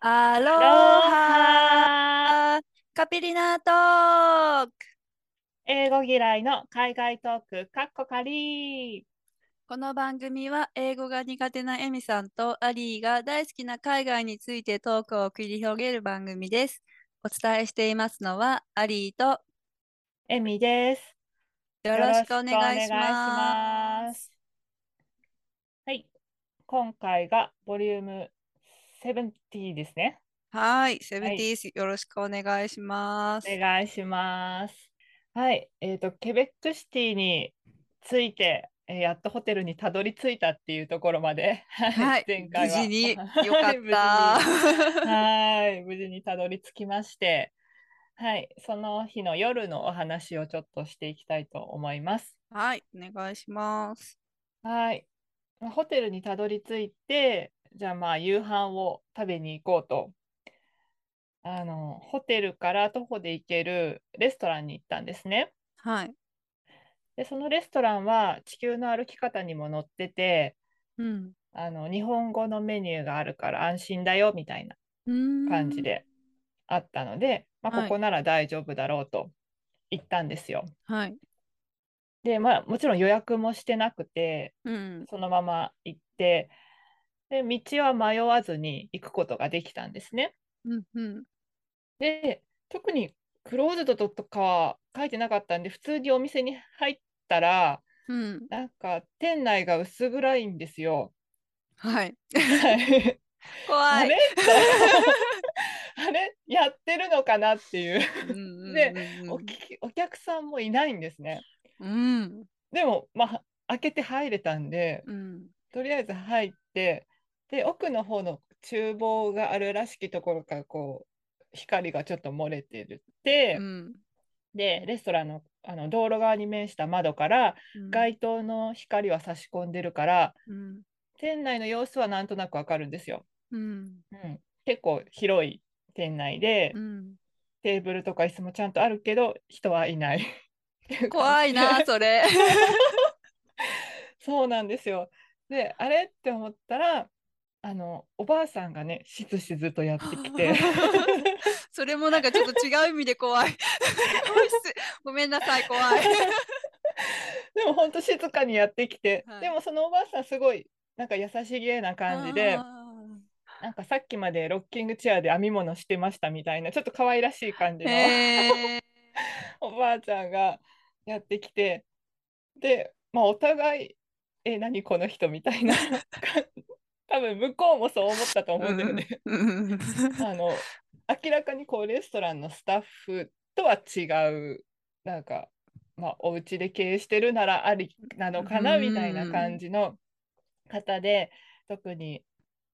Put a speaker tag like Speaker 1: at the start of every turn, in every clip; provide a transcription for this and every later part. Speaker 1: アロ
Speaker 2: ロ
Speaker 1: ハ
Speaker 2: ハ
Speaker 1: カピリナトーク
Speaker 2: 英語嫌いの海外トーク、カッコカリー。
Speaker 1: この番組は英語が苦手なエミさんとアリーが大好きな海外についてトークを繰り広げる番組です。お伝えしていますのはアリーと
Speaker 2: エミです。
Speaker 1: よろしくお願いします。
Speaker 2: す。はい。今回がボリューム70ですね。
Speaker 1: はい、セブンティースよろしくお願いします。
Speaker 2: お願いします。はい。えっ、と、ケベックシティについて、えーやっとホテルにたどり着いたっていうところまで、
Speaker 1: はい、
Speaker 2: 前
Speaker 1: 無
Speaker 2: 回は
Speaker 1: 事によか
Speaker 2: は
Speaker 1: っ
Speaker 2: い 無事に
Speaker 1: た。
Speaker 2: はい、無事にたどり着きまして、はい、その日の夜のお話をちょっとしていきたいと思います。
Speaker 1: はい、お願いします。
Speaker 2: はい、まあホテルにたどり着いて、じゃあまあ夕飯を食べに行こうと、あの、ホテルから徒歩で行けるレストランに行ったんですね。
Speaker 1: はい。
Speaker 2: で、そのレストランは地球の歩き方にも載ってて、
Speaker 1: うん。
Speaker 2: あの、日本語のメニューがあるから安心だよみたいな。感じ。であったので、まあ、
Speaker 1: はい
Speaker 2: ここなら大丈夫だろうと言ったんですよ。
Speaker 1: はい。
Speaker 2: で、まあ、もちろん予約もしてなくて、
Speaker 1: うん。
Speaker 2: そのまま行って、で、道は迷わずに行くことができたんですね。
Speaker 1: うん。うん。
Speaker 2: で、特にクローズドとかは書いてなかったんで、普通にお店に入ったら、
Speaker 1: うん。
Speaker 2: なんか店内が薄暗いんですよ。
Speaker 1: はい。
Speaker 2: はい
Speaker 1: 怖
Speaker 2: あ
Speaker 1: い。
Speaker 2: れ あれやってるのかなっていう。でおきお客さんもいないんですね。
Speaker 1: うん
Speaker 2: でも、まあ、開けて入れたんで、
Speaker 1: うん
Speaker 2: とりあえず入って、で、奥の方の厨房があるらしきところから、こう、光がちょっと漏れてるって、
Speaker 1: うん
Speaker 2: で、レストランの、あの道路側に面した窓から、
Speaker 1: うん
Speaker 2: 街灯の光は差し込んでるから、
Speaker 1: うん
Speaker 2: 店内の様子はなんとなくわかるんですよ。
Speaker 1: うん
Speaker 2: うん、結構広い店内で、
Speaker 1: うん
Speaker 2: テーブルとか椅子もちゃんとあるけど、人はいないってう感じ
Speaker 1: 怖いなそれ
Speaker 2: そうなんですよ。で、あれって思ったら、あの、おばあさんがね、しずしずとやってき て、
Speaker 1: それもなんかちょっと違う意味で怖い おいしごめんなさい怖い
Speaker 2: でも本当静かにやってきて、
Speaker 1: はい
Speaker 2: でもそのおばあさんすごい、なんか優しげな感じで
Speaker 1: あ、
Speaker 2: なんかさっきまでロッキングチェアで編み物してましたみたいな、ちょっと可愛らしい感じ
Speaker 1: ー
Speaker 2: の
Speaker 1: へー
Speaker 2: おばあちゃんがやってきて、で、まあお互い、え、何この人みたいな、多分向こうもそう思ったと思うんだよね。
Speaker 1: うん
Speaker 2: あの明らかにこうレストランのスタッフとは違うなんか、まあ、お家で経営してるならありなのかな
Speaker 1: うん
Speaker 2: みたいな感じの方で特に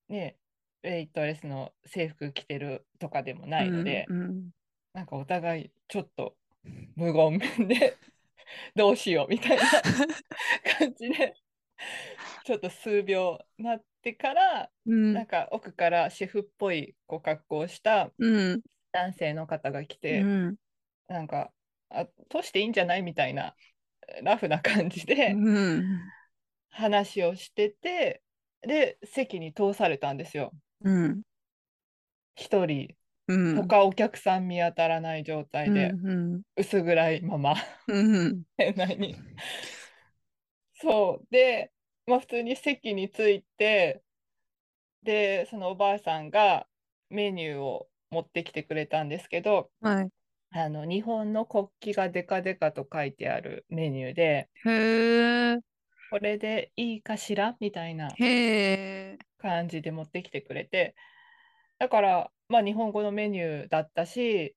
Speaker 2: ねウェイトレスの制服着てるとかでもないので、
Speaker 1: うん
Speaker 2: なんかお互いちょっと無言面で どうしようみたい な感じでちょっと数秒なってから
Speaker 1: うん
Speaker 2: なんか奥からシェフっぽいこう格好をした
Speaker 1: うん
Speaker 2: 男性の方が来て、
Speaker 1: うん
Speaker 2: なんかあ通していいんじゃないみたいなラフな感じで
Speaker 1: うん
Speaker 2: 話をしてて、で席に通されたんですよ
Speaker 1: うん
Speaker 2: 一人
Speaker 1: うん
Speaker 2: 他お客さん見当たらない状態で、
Speaker 1: うん
Speaker 2: 薄暗いまま
Speaker 1: うんうん
Speaker 2: 店内にそうで、まあ、普通に席に着いてでそのおばあさんがメニューを持ってきてくれたんですけど、
Speaker 1: はい
Speaker 2: あの日本の国旗がデカデカと書いてあるメニューで、
Speaker 1: へー
Speaker 2: これでいいかしらみたいな
Speaker 1: へー
Speaker 2: 感じで持ってきてくれて、だから、まあ、日本語のメニューだったし、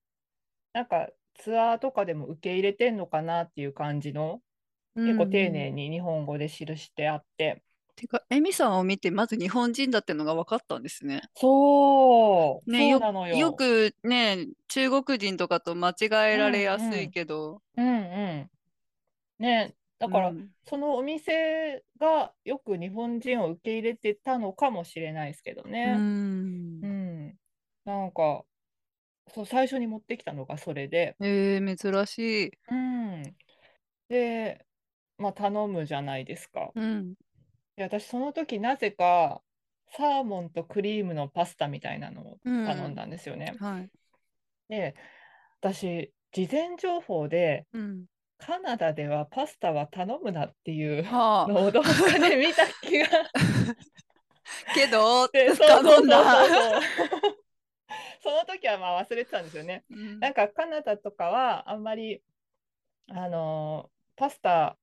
Speaker 2: なんかツアーとかでも受け入れてんのかなっていう感じの、結構丁寧に日本語で記してあって、
Speaker 1: てか、エミさんを見て、まず日本人だってのが分かったんですね。
Speaker 2: そう、
Speaker 1: ね、
Speaker 2: そ
Speaker 1: よ
Speaker 2: うなのよ。
Speaker 1: よくね、中国人とかと間違えられやすいけど。
Speaker 2: うんうん。ね、だから、
Speaker 1: うん
Speaker 2: そのお店がよく日本人を受け入れてたのかもしれないですけど
Speaker 1: うん
Speaker 2: ね。う。ん、なんかそう最初に持ってきたのがそれで、
Speaker 1: えー、珍しい。
Speaker 2: うん、で、まあ、頼むじゃないですか。
Speaker 1: うん。
Speaker 2: で私その時なぜかサーモンとクリームのパスタみたいなのを頼んだんですよね。
Speaker 1: はい。
Speaker 2: で、私、事前情報で、
Speaker 1: うん。
Speaker 2: カナダではパスタは頼むなっていう
Speaker 1: は
Speaker 2: のをどっかで見た気があっ
Speaker 1: あ。けど、
Speaker 2: て、そうそうそう
Speaker 1: 頼んだ。
Speaker 2: そうそう その時はまあ忘れてたんですよね。
Speaker 1: うん
Speaker 2: なんかカナダとかはあんまり、あのーパスタ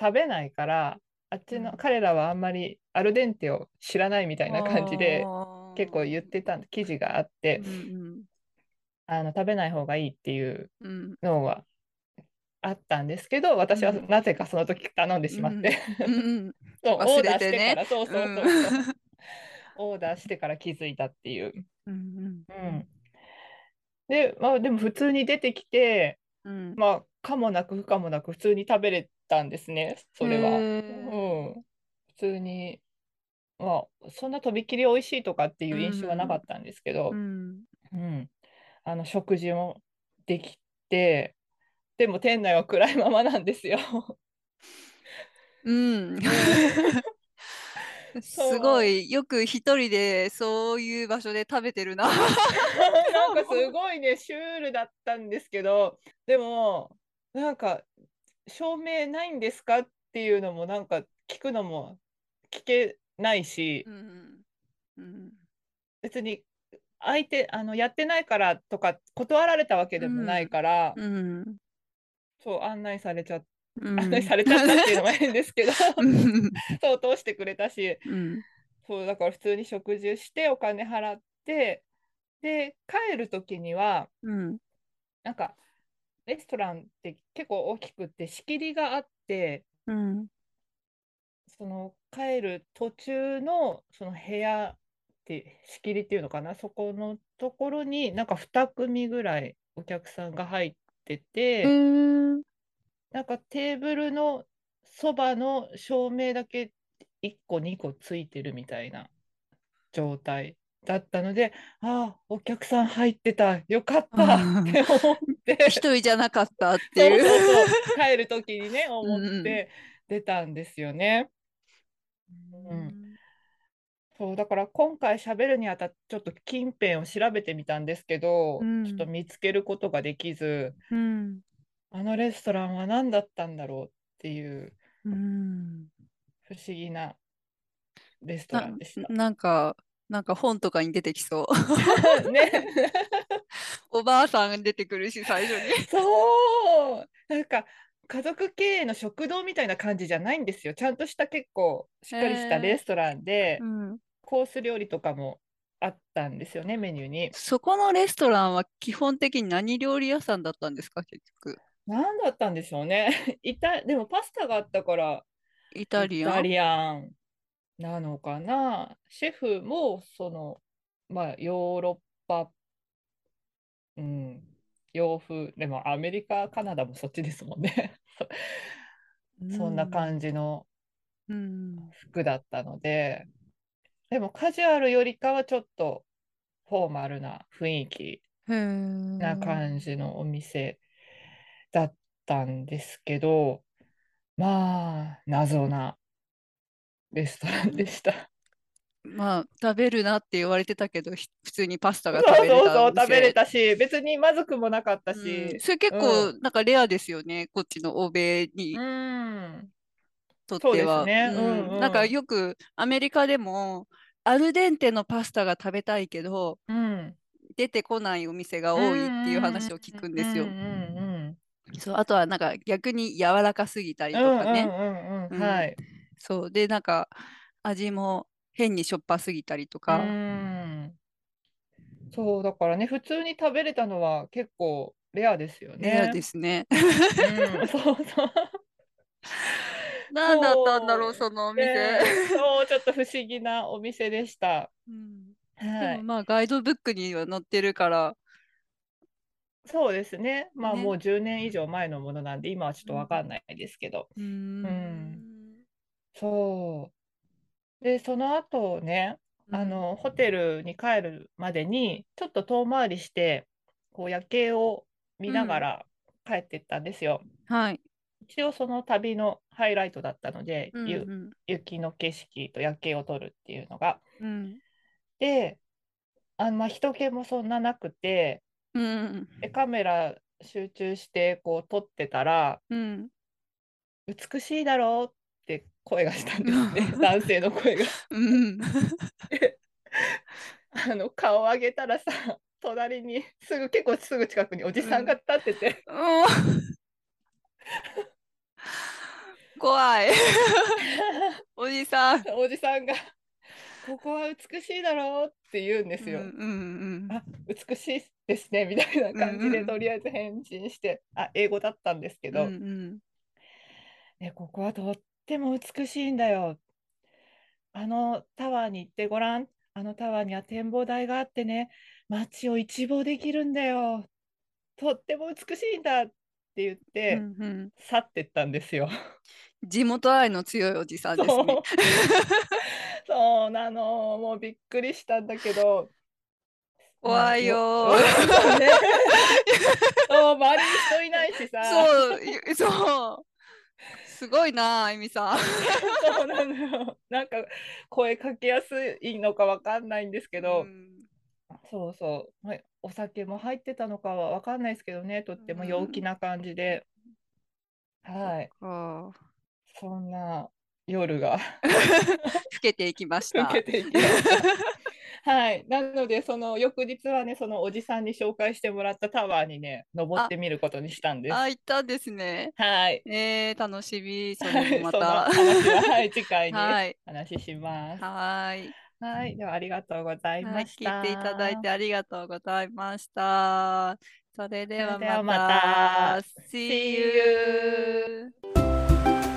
Speaker 2: 食べないからあっちの、
Speaker 1: うん
Speaker 2: 彼らはあんまりアルデンテを知らないみたいな感じで
Speaker 1: あー
Speaker 2: 結構言ってた記事があって、
Speaker 1: うん
Speaker 2: あの食べない方がいいっていう
Speaker 1: うんうん
Speaker 2: のはあったんですけど私は
Speaker 1: うん
Speaker 2: なぜかその時頼んでしまって、
Speaker 1: うん
Speaker 2: そう
Speaker 1: 忘
Speaker 2: オー
Speaker 1: れ
Speaker 2: ダーしてて
Speaker 1: ね
Speaker 2: からそうそうそうう、
Speaker 1: ん
Speaker 2: オーダーしてから気づいたっていう。
Speaker 1: うん
Speaker 2: うん、でまあでも普通に出てきて
Speaker 1: うん
Speaker 2: まあ、可もなく不可もなく普通に食べれたんですね、それは。
Speaker 1: へ
Speaker 2: うん、普通に、まあ、そんなとびきり美味しいとかっていう印象はなかったんですけど、
Speaker 1: うん
Speaker 2: うん、あの食事もできて、でも店内は暗いままなんですよ。
Speaker 1: うん
Speaker 2: そう
Speaker 1: すごいよく一人でそういう場所で食べて るな。
Speaker 2: なんかすごいね、シュールだったんですけど、でも、なんか、照明ないんですかっていうのも、なんか聞くのも聞けないし。
Speaker 1: うんうん
Speaker 2: 別に相手あのやってないからとか断られたわけでもないから、
Speaker 1: うん
Speaker 2: そう案内されちゃっ
Speaker 1: うん
Speaker 2: 案内されちゃったっていうのも変ですけど
Speaker 1: うん
Speaker 2: そう通してくれたし
Speaker 1: うん
Speaker 2: そうだから普通に食事してお金払ってで帰る時には
Speaker 1: うん
Speaker 2: なんかレストランって結構大きくって仕切りがあって
Speaker 1: うん
Speaker 2: その帰る途中のその部屋って仕切りっていうのかなそこのところになんか2組ぐらいお客さんが入ってて、
Speaker 1: うん
Speaker 2: なんかテーブルのそばの照明だけ1個2個ついてるみたいな状態だったのでああお客さん入ってたよかったって思 って。
Speaker 1: 一人じゃなかったって
Speaker 2: そう
Speaker 1: いう。
Speaker 2: そうそう帰る時にね思
Speaker 1: うんう
Speaker 2: っ
Speaker 1: ん
Speaker 2: て出たんですよね。そうだから今回喋るにあたってちょっと近辺を調べてみたんですけど、
Speaker 1: うん
Speaker 2: ちょっと見つけることができず
Speaker 1: うん
Speaker 2: あのレストランは何だったんだろうっていう
Speaker 1: うん
Speaker 2: 不思議な レストラ
Speaker 1: な
Speaker 2: ンでした。
Speaker 1: なんかなんか本とかに出てきそう。
Speaker 2: ね
Speaker 1: おばあさんが出てくるし最初に。
Speaker 2: そうなんか家族経営の食堂みたいな感じじゃないんですよちゃんとした結構しっかりした
Speaker 1: へー
Speaker 2: レストランで、
Speaker 1: うん、
Speaker 2: コース料理とかもあったんですよねメニューに。
Speaker 1: そこのレストランは基本的に何料理屋さんだったんですか結局。
Speaker 2: 何だったんでしょうね。 いたでもパスタがあったから
Speaker 1: イタリアン。
Speaker 2: アンなのかなシェフもそのまあヨーロッパうん洋風でもアメリカカナダもそっちですもんね そそんな感じの
Speaker 1: じ。うん。
Speaker 2: 服だったのででもカジュアルよりかはちょっとフォーマルな雰囲気
Speaker 1: へー
Speaker 2: な感じのお店だったんですけど、まあ、謎なレストランでした。
Speaker 1: まあ食べるなって言われてたけどひ普通にパスタが
Speaker 2: そう
Speaker 1: 食べれた
Speaker 2: そうそう、
Speaker 1: 店
Speaker 2: 食べれたし、別にまずくもなかった
Speaker 1: うん
Speaker 2: し、
Speaker 1: それ結構なんかレアですよね、こっちの欧米に
Speaker 2: うん、
Speaker 1: とって
Speaker 2: そ
Speaker 1: は。
Speaker 2: うですね
Speaker 1: うん
Speaker 2: うんうん
Speaker 1: なんかよくアメリカでもアルデンテのパスタが食べたいけど
Speaker 2: うん、
Speaker 1: 出てこないお店が多いっていう話を聞くんですよ。
Speaker 2: うんうんうん
Speaker 1: そう、あとはなんか逆に柔らかすぎたり
Speaker 2: う
Speaker 1: と
Speaker 2: ん、うん
Speaker 1: かね。
Speaker 2: うんうん
Speaker 1: うん
Speaker 2: はい。
Speaker 1: そう。で、なんか味も変にしょっぱすぎたりとか。
Speaker 2: うんそうだからね、普通に食べれたのは結構レアですよね。
Speaker 1: レアですね。
Speaker 2: うんそうそう。
Speaker 1: 何だったんだろう、
Speaker 2: そ
Speaker 1: そのお店。
Speaker 2: ねえそう、ちょっと不思議なお店でした。
Speaker 1: うん
Speaker 2: は
Speaker 1: でも
Speaker 2: い。
Speaker 1: まあガイドブックには載ってるから、
Speaker 2: そうですね。まあ、
Speaker 1: ね
Speaker 2: もう10年以上前のものなんで、今はちょっとわかんないですけど。
Speaker 1: うーん
Speaker 2: そう。で、その後ね、あ、の、ホテルに帰るまでに、ちょっと遠回りして、こう夜景を見ながら帰ってったんですよ。
Speaker 1: うんはい。
Speaker 2: 一応その旅のハイライトだったので、
Speaker 1: うん
Speaker 2: ゆ
Speaker 1: うん
Speaker 2: 雪の景色と夜景を撮るっていうのが。
Speaker 1: うん
Speaker 2: で、あまあ、人気もそんななくて、
Speaker 1: うん
Speaker 2: でカメラ集中してこう撮ってたら、
Speaker 1: うん
Speaker 2: 美しいだろうって声がしたんですね、 男性の声が。
Speaker 1: うん
Speaker 2: あの顔上げたらさ、隣にすぐ結構すぐ近くにおじさんが立ってて、
Speaker 1: もう怖いおじさん。
Speaker 2: おじさんが「ここは美しいだろう」って言うんですよ。
Speaker 1: うんうん
Speaker 2: あ美しいですねみたいな感じ
Speaker 1: うんう
Speaker 2: で
Speaker 1: ん
Speaker 2: とりあえず返信して、あ英語だったんですけ
Speaker 1: うんう
Speaker 2: ど、
Speaker 1: ん
Speaker 2: ねここはとっても美しいんだよあのタワーに行ってごらんあのタワーには展望台があってね街を一望できるんだよとっても美しいんだって言っ
Speaker 1: うんう
Speaker 2: て、
Speaker 1: んうん
Speaker 2: 去ってったんですよ。
Speaker 1: 地元愛の強いおじさんです
Speaker 2: そう
Speaker 1: ね。
Speaker 2: そうなのもうびっくりしたんだけど
Speaker 1: 怖いよー。
Speaker 2: そうねそう周りに人いないしさ
Speaker 1: そうい、そう。すごいなあ、えみさん。
Speaker 2: そうなのよなんか声かけやすいのかわかんないんですけど、
Speaker 1: うん
Speaker 2: そうそうまあお酒も入ってたのかはわかんないですけどねとっても陽気な感じで、はい
Speaker 1: ああ、
Speaker 2: そんな夜が
Speaker 1: 老けていきまし
Speaker 2: 受
Speaker 1: た。
Speaker 2: けていきましたはいなのでその翌日はねそのおじさんに紹介してもらったタワーにね登ってみることにしたんです
Speaker 1: あ、行ったんですね。
Speaker 2: はい
Speaker 1: えー、楽しみ、 そ
Speaker 2: は
Speaker 1: れ
Speaker 2: い
Speaker 1: もま
Speaker 2: その
Speaker 1: た。
Speaker 2: 話ははい次回に
Speaker 1: はい、
Speaker 2: 話します
Speaker 1: はい、
Speaker 2: はい、ではありがとうござい
Speaker 1: はい、
Speaker 2: ました。
Speaker 1: 聞いていただいてありがとうございました。それでは
Speaker 2: それでは
Speaker 1: また
Speaker 2: また
Speaker 1: See
Speaker 2: See
Speaker 1: you.